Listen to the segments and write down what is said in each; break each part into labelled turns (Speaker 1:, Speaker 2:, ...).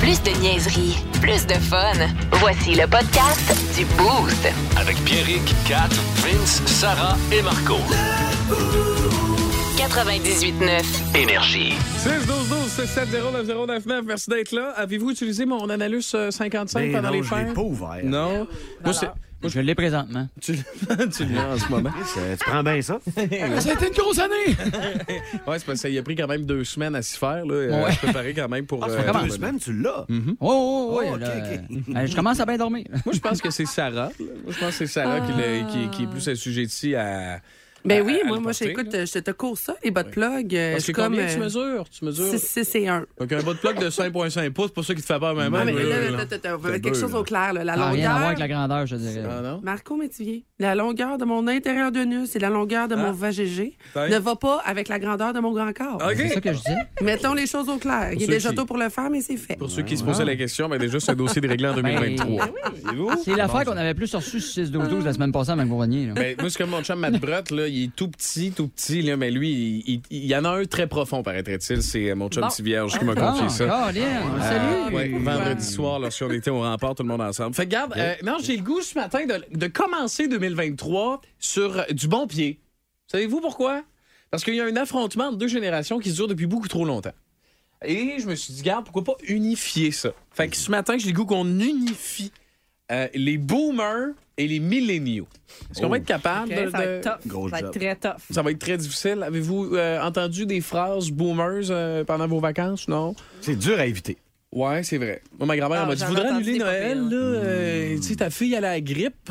Speaker 1: Plus de niaiserie, plus de fun. Voici le podcast du Boost.
Speaker 2: Avec Pierrick, Kat, Vince, Sarah et Marco.
Speaker 1: 98.9.
Speaker 2: Énergie.
Speaker 3: 6 12 12 6 7 0 9 0 9 9 merci d'être là. Avez-vous utilisé mon Analus euh, 55
Speaker 4: Ben
Speaker 3: pendant
Speaker 4: non,
Speaker 3: les
Speaker 4: je l'ai
Speaker 3: fêtes?
Speaker 4: pas ouvert.
Speaker 3: Non. Moi, c'est-
Speaker 5: Je l'ai présentement.
Speaker 3: tu l'as- tu l'as en ce moment.
Speaker 4: Ça- tu prends bien ça?
Speaker 5: Ça a été une grosse année!
Speaker 3: Ouais, c'est parce qu'il a pris quand même deux semaines à s'y faire, là, et à
Speaker 5: Ouais.
Speaker 3: se préparer quand même pour.
Speaker 5: Ah, ça
Speaker 3: euh,
Speaker 5: fait comment?
Speaker 3: pour
Speaker 4: Deux
Speaker 3: le-
Speaker 4: semaines, tu l'as.
Speaker 5: Oh, oh, oh,
Speaker 4: Oh, ok,
Speaker 5: là,
Speaker 4: ok.
Speaker 5: euh, je commence à bien dormir.
Speaker 3: Moi, je pense que c'est Sarah. là. Moi, je pense que c'est Sarah qui, l'a-
Speaker 6: Ah.
Speaker 3: qui- qui est plus assujettie à.
Speaker 6: Ben
Speaker 3: à-
Speaker 6: oui,
Speaker 3: à
Speaker 6: moi,
Speaker 3: le
Speaker 6: moi
Speaker 3: porter,
Speaker 6: j'écoute,
Speaker 3: là.
Speaker 6: euh, je te cours ça, les bottes plugs. euh, je
Speaker 3: Parce que
Speaker 6: suis comme
Speaker 3: combien tu mesures? Tu mesures.
Speaker 6: 6, 6 et 1.
Speaker 3: Donc, un bas de plaque de 5,5 pouces, c'est pour ça qu'il te fait peur, maman.
Speaker 6: Ah, mais
Speaker 3: Oui,
Speaker 6: là,
Speaker 3: oui,
Speaker 6: là, là,
Speaker 3: oui.
Speaker 6: là, on va mettre
Speaker 3: deux,
Speaker 6: quelque chose
Speaker 3: là.
Speaker 6: au clair.
Speaker 7: Ah,
Speaker 6: Là. La
Speaker 5: Ça n'a rien à voir
Speaker 6: longueur.
Speaker 5: avec la grandeur, je dirais.
Speaker 3: Ah, non?
Speaker 6: Marco Métivier, la longueur de mon intérieur de nus et la longueur de
Speaker 3: Ah.
Speaker 6: mon vagégé
Speaker 3: T'as-
Speaker 6: ne va pas avec la grandeur de mon grand corps.
Speaker 3: OK.
Speaker 5: Ben, C'est ça que je dis.
Speaker 6: Mettons les choses au clair. Il y a
Speaker 3: Ah. ceux
Speaker 6: déjà
Speaker 3: qui-
Speaker 6: tôt pour le faire, mais c'est fait.
Speaker 3: Pour ceux
Speaker 5: Ah,
Speaker 3: qui se posaient la question, ben déjà, ce dossier de réglé en 2023.
Speaker 5: C'est l'affaire qu'on avait plus reçue sur 6-12-12 la semaine passée avec Bournier. là.
Speaker 3: Ben, moi, c'est comme mon chum Matt Brett, là, il est tout petit, tout petit, là, mais lui, il, il- il y en a un très profond, paraîtrait-il. C'est euh, mon chum
Speaker 6: Bon.
Speaker 3: petit vierge qui m'a confié
Speaker 5: Ah,
Speaker 3: ça.
Speaker 5: Colin, on le salue.
Speaker 3: Ah, ouais, vendredi soir, lorsqu'on était au rempart, tout le monde ensemble. Fait que garde, euh, non, j'ai le goût ce matin de, de commencer 2023 sur euh, du bon pied. Savez-vous pourquoi? Parce qu'il y a un affrontement entre deux générations qui se dure depuis beaucoup trop longtemps. Et je me suis dit, garde, pourquoi pas unifier ça? Fait que ce matin, j'ai le goût qu'on unifie euh, les boomers et les milléniaux. Est-ce qu'on va être capable de-
Speaker 7: Oh. Ok, Ça va être
Speaker 3: de...
Speaker 7: tough.
Speaker 4: Gros
Speaker 7: ça va
Speaker 4: job.
Speaker 7: être très tough.
Speaker 3: Ça va être très difficile. Avez-vous euh, entendu des phrases boomers euh, pendant vos vacances? Non?
Speaker 4: C'est dur à éviter.
Speaker 3: Ouais, c'est vrai. Moi, ma grand-mère
Speaker 7: Ah,
Speaker 3: elle m'a dit
Speaker 7: j'en ai
Speaker 3: voudrais
Speaker 7: entendu hein.
Speaker 3: annuler
Speaker 7: des pas
Speaker 3: Noël,
Speaker 7: pires.
Speaker 3: là. euh, tu sais, ta fille, elle a la grippe.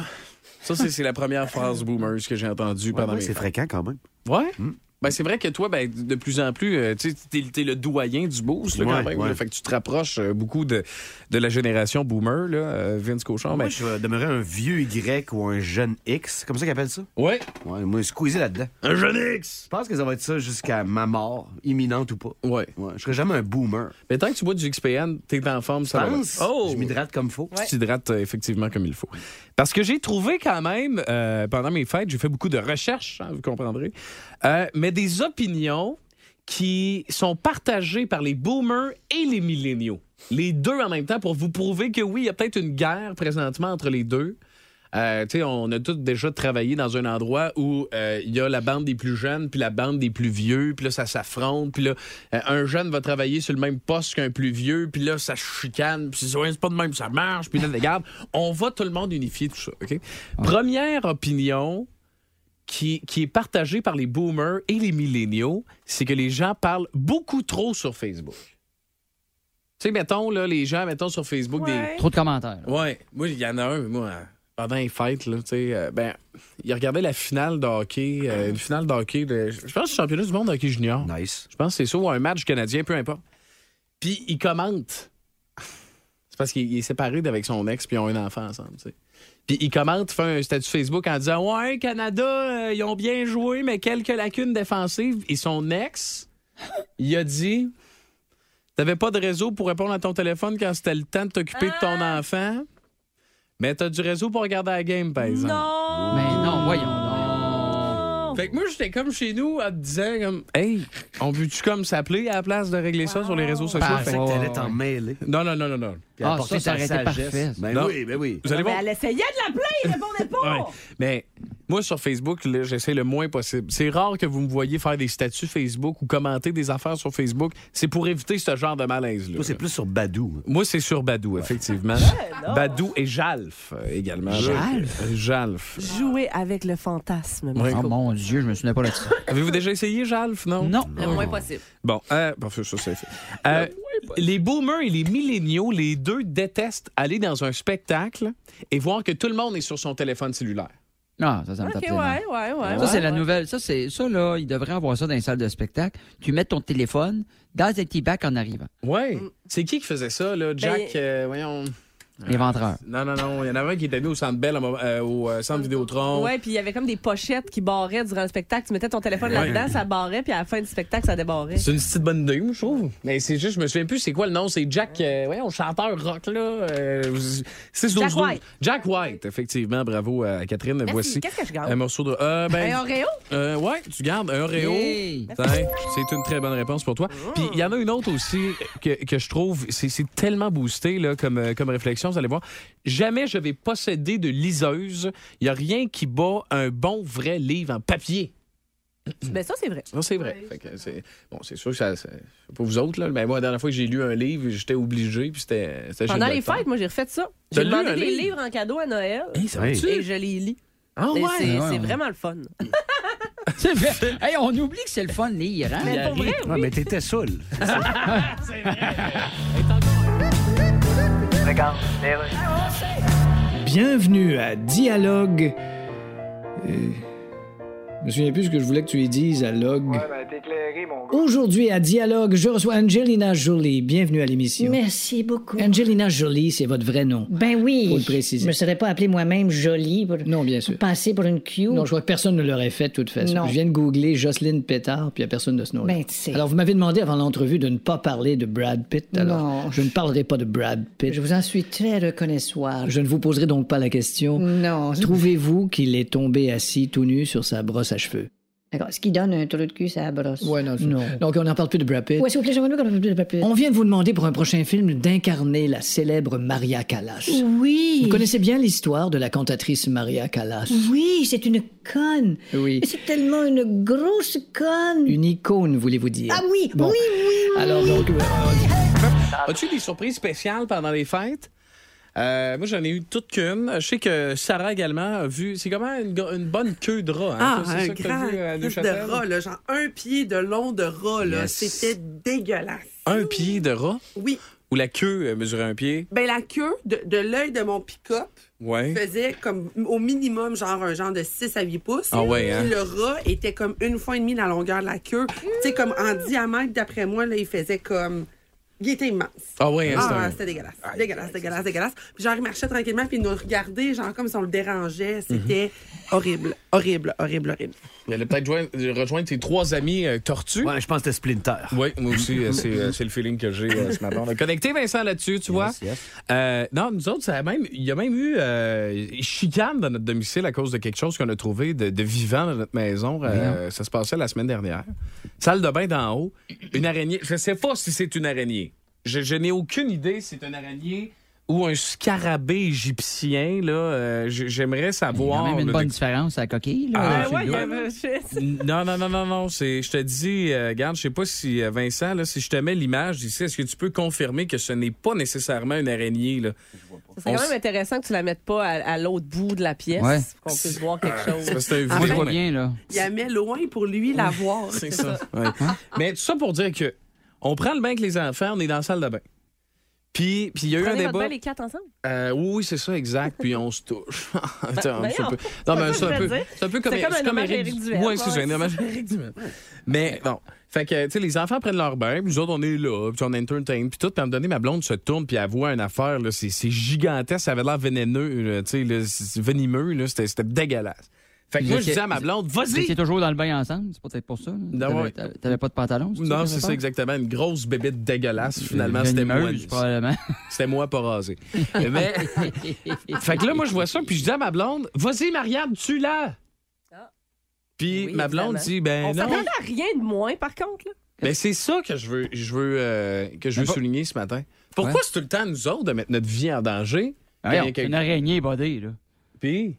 Speaker 3: Ça, c'est c'est la première phrase boomers que j'ai entendue
Speaker 4: Ouais,
Speaker 3: pendant
Speaker 4: ouais,
Speaker 3: mes
Speaker 4: c'est Hmm. fréquent quand même.
Speaker 3: Ouais? Ben, c'est vrai que toi, ben, de plus en plus, euh, tu sais, t'es, t'es le doyen du boost, là, quand
Speaker 4: Ouais,
Speaker 3: même.
Speaker 4: ouais.
Speaker 3: là. fait que tu te rapproches euh, beaucoup de, de la génération boomer, là, euh, Vince Cochon.
Speaker 4: Moi,
Speaker 3: ben-
Speaker 4: je vais demeurer un vieux Y ou un jeune X. C'est comme ça qu'ils appellent ça?
Speaker 3: Ouais.
Speaker 4: Ouais, moi, squeezer là-dedans.
Speaker 3: Un jeune X!
Speaker 4: Je pense que ça va être ça jusqu'à ma mort, imminente ou pas.
Speaker 3: Ouais.
Speaker 4: Ouais, je serai jamais un boomer.
Speaker 3: Mais tant que tu bois du XPN, t'es en forme, ça va.
Speaker 4: Pense,
Speaker 3: Oh!
Speaker 4: Je m'hydrate comme faut.
Speaker 3: Tu t'hydrates euh, effectivement comme il faut. Parce que j'ai trouvé quand même, euh, pendant mes fêtes, j'ai fait beaucoup de recherches, hein, vous comprendrez, euh, mais des opinions qui sont partagées par les boomers et les milléniaux. Les deux en même temps pour vous prouver que oui, il y a peut-être une guerre présentement entre les deux. Euh, tu sais, on a tous déjà travaillé dans un endroit où euh, il y a la bande des plus jeunes, puis la bande des plus vieux, puis là, ça s'affronte, puis là, euh, un jeune va travailler sur le même poste qu'un plus vieux, puis là, ça chicane, puis c'est ouais, c'est pas de même, ça marche, puis là, regarde, on va tout le monde unifier tout ça, OK? Première opinion qui, qui est partagée par les boomers et les milléniaux, c'est que les gens parlent beaucoup trop sur Facebook. Tu sais, mettons, là, les gens, mettons sur Facebook des...
Speaker 5: Trop de commentaires. là.
Speaker 3: Ouais, moi, il y en a un, moi, hein, pendant les fêtes, là, tu sais, euh, ben, il regardait la finale de hockey, euh, une finale de hockey, de- je pense, que c'est le championnat du monde de hockey junior.
Speaker 4: Nice.
Speaker 3: Je pense que c'est ça, ou un match canadien, peu importe. Puis il commente. C'est parce qu'il il est séparé d'avec son ex, puis ils ont un enfant ensemble, tu sais. Puis il commente, fait un statut Facebook en disant Ouais, Canada, euh, ils ont bien joué, mais quelques lacunes défensives. Et son ex, il a dit T'avais pas de réseau pour répondre à ton téléphone quand c'était le temps de t'occuper de ton enfant, mais t'as du réseau pour regarder la game, par exemple.
Speaker 7: Non!
Speaker 5: Mais non, voyons. donc.
Speaker 7: Oh.
Speaker 3: Fait que moi, j'étais comme chez nous en te disant comme, Hey, on veut-tu comme s'appeler à la place de régler ça sur les réseaux sociaux?
Speaker 5: Parfait.
Speaker 3: Fait
Speaker 4: Fait
Speaker 3: que-
Speaker 4: que t'allais
Speaker 5: ouais,
Speaker 4: t'en
Speaker 5: ouais.
Speaker 4: mêler.
Speaker 3: Non, non, non, non, non.
Speaker 4: puis
Speaker 5: Ah,
Speaker 4: apporter
Speaker 5: ça, ça
Speaker 4: ta
Speaker 5: aurait été
Speaker 4: sagesse.
Speaker 5: parfait, ça.
Speaker 4: Ben
Speaker 3: Non.
Speaker 4: oui, ben oui.
Speaker 3: Vous allez
Speaker 7: Mais
Speaker 3: voir.
Speaker 7: elle essayait de l'appeler, il répondait pas!
Speaker 3: Ouais. Mais moi, sur Facebook, là, j'essaie le moins possible. C'est rare que vous me voyez faire des statuts Facebook ou commenter des affaires sur Facebook. C'est pour éviter ce genre de malaise-là.
Speaker 4: Toi, c'est plus sur Badou.
Speaker 3: Moi, c'est sur Badou, effectivement. Badou et Jalf euh, également. là.
Speaker 5: Jalf?
Speaker 3: Euh, Jalf.
Speaker 7: Jouer avec le fantasme.
Speaker 3: Ouais.
Speaker 5: Oh mon Dieu, je me souviens pas de ça.
Speaker 3: Avez-vous déjà essayé Jalf, non?
Speaker 5: Non.
Speaker 7: Le moins possible.
Speaker 3: Bon, euh, parfait, ça, c'est fait. Euh, les boomers et les milléniaux, les deux détestent aller dans un spectacle et voir que tout le monde est sur son téléphone cellulaire.
Speaker 5: Non, Ah, ça, ça me
Speaker 7: Ok,
Speaker 5: tape
Speaker 7: ouais,
Speaker 5: les nerfs.
Speaker 7: ouais, ouais. ouais.
Speaker 5: Ça, c'est la nouvelle. Ça, c'est ça, là, il devrait avoir ça dans les salles de spectacle. Tu mets ton téléphone dans un petit bac en arrivant.
Speaker 8: Mm. Ben,
Speaker 3: Ouais. C'est qui qui faisait ça, là? Jack, euh, voyons.
Speaker 5: Les ventreurs.
Speaker 3: Non, non, non. Il y en avait un qui était venu au centre Bell, à un moment- euh, au euh, centre Vidéotron.
Speaker 8: Ouais, puis il y avait comme des pochettes qui barraient durant le spectacle. Tu mettais ton téléphone là-dedans, ça barrait, puis à la fin du spectacle, ça débarrait.
Speaker 3: C'est une petite bonne idée, moi, je trouve. Mais c'est juste, je me souviens plus, c'est quoi le nom? C'est Jack, euh, ouais, on chanteur rock, là. euh, vous- 6, 12,
Speaker 8: Jack White.
Speaker 3: Jack White, effectivement. Bravo euh, à Catherine. Voici
Speaker 8: Qu'est-ce que je
Speaker 3: un
Speaker 8: garde?
Speaker 3: morceau de. Euh, ben,
Speaker 8: Un Oreo?
Speaker 3: euh, ouais, tu gardes un Oreo.
Speaker 5: Hey!
Speaker 3: Tiens, C'est une très bonne réponse pour toi.
Speaker 8: Oh.
Speaker 3: Puis il y en a une autre aussi que, que je trouve, c'est c'est tellement boosté là, comme, euh, comme réflexion, vous allez voir. Jamais je vais posséder de liseuse. Il n'y a rien qui bat un bon vrai livre en papier.
Speaker 8: Ben ça, c'est vrai.
Speaker 3: Non, c'est vrai. Fait que c'est- bon, c'est sûr que ça. c'est- Pour vous autres, là, mais moi, la dernière fois que j'ai lu un livre, j'étais obligé, puis c'était. c'était chez
Speaker 8: Pendant
Speaker 3: le
Speaker 8: les
Speaker 3: docteur.
Speaker 8: fêtes, moi, j'ai refait ça.
Speaker 3: T'as
Speaker 8: J'ai
Speaker 3: lu un
Speaker 8: demandé des
Speaker 3: livre?
Speaker 8: livres en cadeau à Noël
Speaker 3: Hey, ça va-tu?
Speaker 8: et je les lis.
Speaker 3: Ah
Speaker 8: Et
Speaker 3: ouais!
Speaker 8: c'est
Speaker 5: ouais,
Speaker 8: c'est
Speaker 5: ouais.
Speaker 8: vraiment le fun.
Speaker 5: C'est vrai. Hey, on oublie que c'est le fun de lire, hein?
Speaker 8: Mais pour vrai, oui.
Speaker 9: Ouais, mais t'étais saoul.
Speaker 10: Bienvenue à Dialogue. Euh, je me souviens plus ce que je voulais que tu lui dises à Log. Aujourd'hui à Dialogue, je reçois Angelina Jolie. Bienvenue à l'émission.
Speaker 11: Merci beaucoup.
Speaker 10: Angelina Jolie, c'est votre vrai nom.
Speaker 11: Ben oui.
Speaker 10: Faut le préciser.
Speaker 11: Je me serais pas appelé moi-même jolie pour
Speaker 10: Non, bien sûr.
Speaker 11: passer pour une Q.
Speaker 10: Non, je vois que personne ne l'aurait fait de toute façon.
Speaker 11: Non.
Speaker 10: Je viens de googler Jocelyne Pétard, puis il n'y a personne de ce nom-là.
Speaker 11: Ben, tu sais.
Speaker 10: Alors, vous m'avez demandé avant l'entrevue de ne pas parler de Brad Pitt. Alors,
Speaker 11: Non.
Speaker 10: je ne parlerai pas de Brad Pitt.
Speaker 11: Je vous en suis très reconnaissable.
Speaker 10: Je ne vous poserai donc pas la question.
Speaker 11: Non.
Speaker 10: Trouvez-vous qu'il est tombé assis tout nu sur sa brosse à cheveux?
Speaker 11: D'accord. Ce qui donne un trou de cul, ça brosse.
Speaker 10: Ouais, non, Donc, on n'en parle plus de Brad Pitt.
Speaker 11: Ouais, s'il vous plaît, j'aimerais mieux qu'on en parle pas plus.
Speaker 10: On vient de vous demander pour un prochain film d'incarner la célèbre Maria Callas.
Speaker 11: Oui.
Speaker 10: Vous connaissez bien l'histoire de la cantatrice Maria Callas.
Speaker 3: Mm.
Speaker 11: Oui, c'est une conne.
Speaker 10: Oui.
Speaker 11: C'est tellement une grosse conne.
Speaker 10: Une icône, voulez-vous dire.
Speaker 11: Ah oui,
Speaker 10: Bon.
Speaker 11: oui, oui, oui.
Speaker 10: Alors donc, euh,
Speaker 3: As-tu des surprises spéciales pendant les fêtes? Euh, moi, j'en ai eu toute qu'une. Je sais que Sarah également a vu. C'est comment une, gr- une bonne queue de rat? hein?
Speaker 6: Ah,
Speaker 3: Toi, c'est
Speaker 6: un
Speaker 3: ça que t'as
Speaker 6: grand
Speaker 3: vu euh, à
Speaker 6: crise
Speaker 3: Neuchâtel?
Speaker 6: de rat, là, genre un pied de long de rat, là. C'était dégueulasse.
Speaker 3: Un pied de rat?
Speaker 6: Oui.
Speaker 3: Ou la queue euh, mesurait un pied?
Speaker 6: Ben, la queue de, de l'œil de mon pick-up
Speaker 3: Ouais.
Speaker 6: faisait comme au minimum, genre un genre de 6 à 8 pouces.
Speaker 3: Ah ouais,
Speaker 6: Puis
Speaker 3: hein?
Speaker 6: le rat était comme une fois et demie la longueur de la queue. Tu sais, comme en diamètre, d'après moi, là, il faisait comme. Il était immense.
Speaker 3: Ah ouais, hein, c'est
Speaker 6: Ah,
Speaker 3: un-
Speaker 6: c'était dégueulasse. dégueulasse, dégueulasse, dégueulasse. Puis genre, il marchait tranquillement, puis il nous regardait, genre, comme si on le
Speaker 3: Mhm.
Speaker 6: dérangeait. C'était horrible, horrible, horrible, horrible.
Speaker 3: Il allait peut-être joindre- euh, rejoindre tes trois amis euh, tortues.
Speaker 9: Ouais, je pense que c'était Splinter.
Speaker 3: Oui, moi aussi, euh, c'est euh, c'est le feeling que j'ai euh, ce matin. On a connecté Vincent là-dessus, tu vois. Euh, non, nous autres, ça a même, il y a même eu euh, chicane dans notre domicile à cause de quelque chose qu'on a trouvé de, de vivant dans notre maison. Euh, ça se passait la semaine dernière. Salle de bain d'en haut, une araignée. Je sais pas si c'est une araignée. Je, je n'ai aucune idée si c'est une araignée ou un scarabée égyptien. Là, Euh, j- j'aimerais
Speaker 5: Il y a
Speaker 3: savoir.
Speaker 5: quand même une
Speaker 3: là,
Speaker 5: bonne
Speaker 3: de-
Speaker 5: différence à la coquille, là.
Speaker 3: Ah,
Speaker 5: sur le
Speaker 8: ouais, il y
Speaker 5: doigt.
Speaker 8: avait- je-
Speaker 3: non, non, non, non, non. C'est, je te dis, euh, regarde, je sais pas si euh, Vincent, là, si je te mets l'image d'ici, est-ce que tu peux confirmer que ce n'est pas nécessairement une araignée là
Speaker 8: Ça serait
Speaker 3: On
Speaker 8: quand
Speaker 3: s-
Speaker 8: même intéressant que tu la mettes pas à, à l'autre bout de la pièce,
Speaker 5: Ouais.
Speaker 8: pour qu'on puisse voir quelque chose.
Speaker 3: C'est parce que c'est un
Speaker 5: On les
Speaker 3: vidéo,
Speaker 5: voit
Speaker 3: mais-
Speaker 5: bien, là.
Speaker 6: Il la met loin pour lui la voir.
Speaker 3: C'est ça. Ouais. Mais tout ça pour dire que on prend le bain avec les enfants, on est dans la salle de bain. Puis, puis il y a eu
Speaker 8: Prenez
Speaker 3: un
Speaker 8: votre
Speaker 3: débat.
Speaker 8: bain, les quatre ensemble.
Speaker 3: Euh, oui, oui, c'est ça, exact. Puis on se touche. Attends,
Speaker 8: Ben,
Speaker 3: c'est un
Speaker 8: voyons.
Speaker 3: peu- Non, mais
Speaker 8: C'est
Speaker 3: c'est
Speaker 8: ça que
Speaker 3: un
Speaker 8: je
Speaker 3: peu.
Speaker 8: veux dire.
Speaker 3: C'est un peu comme,
Speaker 8: C'est comme un hommage à Éric Duhem.
Speaker 3: Oui, c'est ça, un
Speaker 8: Ouais,
Speaker 3: hommage à Éric Duhem. Mais non. Fait que, tu sais, les enfants prennent leur bain, puis nous autres, on est là, puis on entertain, puis tout. Puis à un moment donné, ma blonde se tourne, puis elle voit une affaire, là, c'est c'est gigantesque, ça avait l'air vénéneux, là, tu sais, là, c'est venimeux, là, c'était c'était dégueulasse. Fait que
Speaker 5: Vous
Speaker 3: moi, je
Speaker 5: étiez-
Speaker 3: disais à ma blonde,
Speaker 5: Vous étiez
Speaker 3: vas-y!
Speaker 5: toujours dans le bain ensemble, c'est peut-être pour ça. là.
Speaker 3: Non,
Speaker 5: T'avais-
Speaker 3: Ben ouais.
Speaker 5: t'avais- T'avais pas de pantalon?
Speaker 3: Non, c'est ça, exactement. Une grosse bébête dégueulasse, finalement, c'était moi.
Speaker 5: Venimeuse, probablement.
Speaker 3: C'était moi pas rasé. Mais. Fait que là, moi, je vois ça, puis je dis à ma blonde, vas-y, Marianne, tu la
Speaker 8: Ah.
Speaker 3: Puis
Speaker 8: Oui,
Speaker 3: ma blonde
Speaker 8: évidemment.
Speaker 3: dit, ben
Speaker 8: On
Speaker 3: non.
Speaker 8: s'attendait à rien de moins, par contre. là.
Speaker 3: Ben c'est ça que je veux, je veux, euh, que je veux
Speaker 5: Mais pas-
Speaker 3: souligner ce matin. Pourquoi
Speaker 5: Ouais.
Speaker 3: c'est tout le temps nous autres de mettre notre vie en danger?
Speaker 5: Voyons,
Speaker 3: Il y a quelqu'un-
Speaker 5: Une araignée body, là.
Speaker 3: Puis.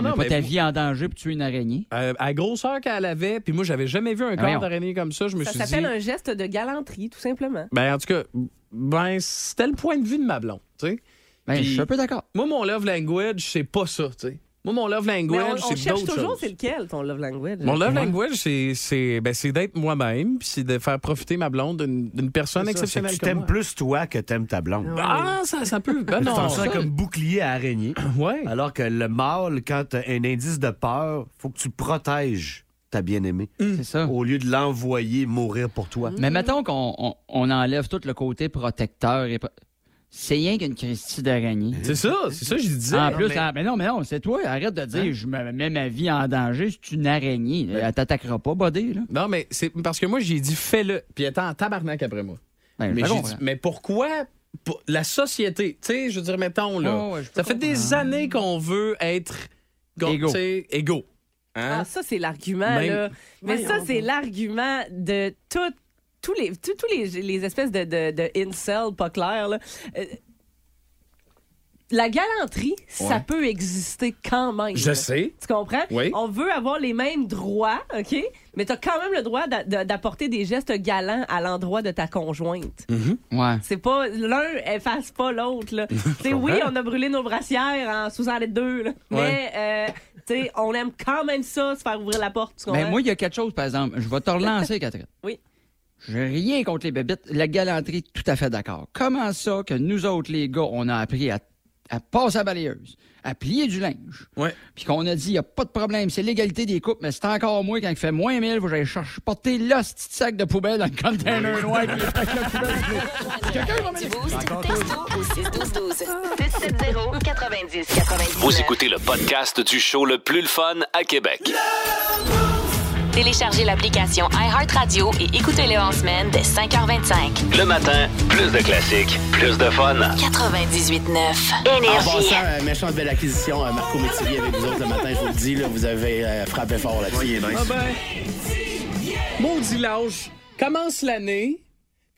Speaker 5: Tu
Speaker 3: Ah non,
Speaker 5: mets pas ta
Speaker 3: mais.
Speaker 5: vie en danger puis tuer une araignée.
Speaker 3: Euh, à la grosseur qu'elle avait, puis moi, j'avais jamais vu un corps
Speaker 5: Ben Voyons.
Speaker 3: d'araignée comme ça, je me
Speaker 8: Ça
Speaker 3: suis dit.
Speaker 8: s'appelle un geste de galanterie, tout simplement.
Speaker 3: Ben, en tout cas, ben, c'était le point de vue de ma blonde, tu sais.
Speaker 5: Ben,
Speaker 3: Puis-
Speaker 5: je suis un peu d'accord.
Speaker 3: Moi, mon love language, c'est pas ça, tu sais. Moi, mon love
Speaker 8: Mais
Speaker 3: language,
Speaker 8: on, on
Speaker 3: c'est
Speaker 8: cherche
Speaker 3: d'autres
Speaker 8: toujours
Speaker 3: choses.
Speaker 8: c'est lequel, ton love language.
Speaker 3: Mon love language, c'est, c'est, ben, c'est d'être moi-même, puis c'est de faire profiter ma blonde d'une, d'une personne
Speaker 9: Ça, c'est que
Speaker 3: exceptionnelle.
Speaker 9: tu
Speaker 3: comme
Speaker 9: t'aimes
Speaker 3: moi.
Speaker 9: plus toi que t'aimes ta blonde.
Speaker 3: Ah, ça, ça peut. Ben
Speaker 9: Tu
Speaker 3: non.
Speaker 9: t'en sers comme bouclier à araignée.
Speaker 3: Ouais.
Speaker 9: Alors que le mâle, quand t'as un indice de peur, faut que tu protèges ta bien-aimée
Speaker 5: C'est ça.
Speaker 3: Oh.
Speaker 9: au lieu de l'envoyer mourir pour toi.
Speaker 5: Mm. Mais mettons qu'on on- on enlève tout le côté protecteur. Et... pro- c'est rien qu'une Christie d'araignée.
Speaker 3: C'est ça, c'est ça que je disais.
Speaker 5: En plus,
Speaker 3: hein, Mais- Hein?
Speaker 5: ah, mais non, mais non, c'est toi, arrête de dire je me mets ma vie en danger, c'est une araignée.
Speaker 3: Ben-
Speaker 5: Elle t'attaquera pas, Buddy, là.
Speaker 3: Non, mais c'est parce que moi, j'ai dit fais-le. Puis elle était en tabarnak après moi.
Speaker 5: Ben, je
Speaker 3: mais,
Speaker 5: le
Speaker 3: j'ai
Speaker 5: comprends.
Speaker 3: dit, mais pourquoi pour- la société? Tu sais, je veux dire, mettons, là.
Speaker 5: Ouais, ouais, je peux
Speaker 3: ça fait des années qu'on veut être gon-
Speaker 5: Égaux.
Speaker 3: tu sais, égaux.
Speaker 8: Ah,
Speaker 3: Hein?
Speaker 8: ça, c'est l'argument,
Speaker 3: Même-
Speaker 8: là. Mais ça, c'est l'argument de tout- tous les, tous tous les, les espèces de, de, de incels pas clairs. là. Euh, la galanterie, ça
Speaker 3: Ouais.
Speaker 8: peut exister quand même.
Speaker 3: Je
Speaker 8: là.
Speaker 3: sais.
Speaker 8: Tu comprends?
Speaker 3: Oui.
Speaker 8: On veut avoir les mêmes droits, OK? Mais tu as quand même le droit d'a- de- d'apporter des gestes galants à l'endroit de ta conjointe.
Speaker 5: Ouais.
Speaker 8: C'est pas l'un efface pas l'autre. là. T'sais, oui, on a brûlé nos brassières en 62, là, mais euh, t'sais, on aime quand même ça, se faire ouvrir la porte. tu
Speaker 5: Mais
Speaker 8: comprends?
Speaker 5: Ben, moi, il y a quelque chose, par exemple. Je vais te relancer, Catherine.
Speaker 8: Oui.
Speaker 5: J'ai rien contre les bébites. La galanterie, tout à fait d'accord. Comment ça que nous autres, les gars, on a appris à, à passer à balayeuse, à plier du linge,
Speaker 3: Ouais.
Speaker 5: puis qu'on a dit, il n'y a pas de problème, c'est l'égalité des couples, mais c'est encore moi quand il fait moins 1000, faut que j'aille chercher- porter le petit sac de poubelle dans le container noir. puis le sac de poubelle.
Speaker 1: Du boost, texto au 61212. 670 90 90.
Speaker 2: Vous écoutez le podcast du show le plus le fun à Québec.
Speaker 1: Téléchargez l'application iHeartRadio et écoutez-le en semaine dès 5h25.
Speaker 2: Le matin, plus de classiques, plus de fun.
Speaker 1: 98.9.
Speaker 12: En
Speaker 1: Énergie.
Speaker 12: passant, euh, méchante belle acquisition, euh, Marco Métivier avec vous autres le matin, je vous le dis, là, vous avez euh, frappé fort là-dessus.
Speaker 3: Ah ben. Maudit lâche. Commence l'année.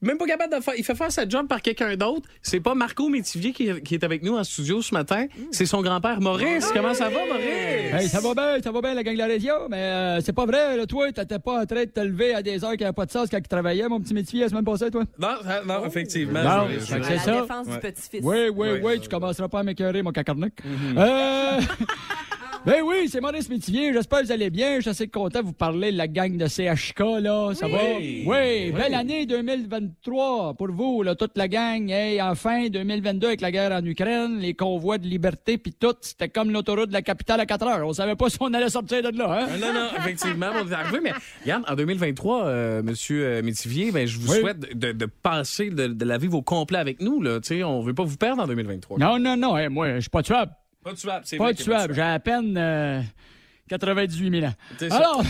Speaker 3: Même pas capable de faire. Il fait faire sa job par quelqu'un d'autre. C'est pas Marco Métivier qui, qui est avec nous en studio ce matin. C'est son grand-père Maurice. Comment ça va, Maurice?
Speaker 5: Hey, ça va bien, ça va bien, la gang de la région, mais euh, c'est pas vrai, là, toi, t'étais pas en train de te lever à des heures qui n'avaient pas de sens quand tu travaillais, mon petit métier, la semaine passée, toi?
Speaker 3: Non, ah, non, effectivement.
Speaker 5: Non,
Speaker 3: je- je-
Speaker 5: fait que
Speaker 8: À la
Speaker 5: c'est ça.
Speaker 8: défense
Speaker 3: Ouais.
Speaker 8: du petit-fils.
Speaker 5: Oui, oui, oui, tu commenceras pas à m'écœurer, mon cacarnac. Euh... Ben oui, c'est Maurice Métivier, j'espère que vous allez bien. Je suis assez content de vous parler de la gang de CHK, là. Ça va? Oui, belle année 2023 pour vous, là, toute la gang. Hey, enfin, 2022 avec la guerre en Ukraine, les convois de liberté, puis tout, c'était comme l'autoroute de la capitale à 4 heures. On savait pas si on allait sortir de là, hein?
Speaker 3: Ah Non, non, effectivement, on est arrivé. Mais Yann, en 2023, euh, Monsieur euh, Métivier, ben, je vous
Speaker 5: Oui.
Speaker 3: souhaite de, de passer, de, de la vivre au complet avec nous. Là. Tu sais, On veut pas vous perdre en 2023.
Speaker 5: Non, non, non, hey, moi, je suis pas tuable.
Speaker 3: Pas tuable, c'est
Speaker 5: Pas
Speaker 3: vrai qu'il y a
Speaker 5: tuable, j'ai à peine euh, 98 000 ans.
Speaker 3: C'est ça.
Speaker 5: Alors,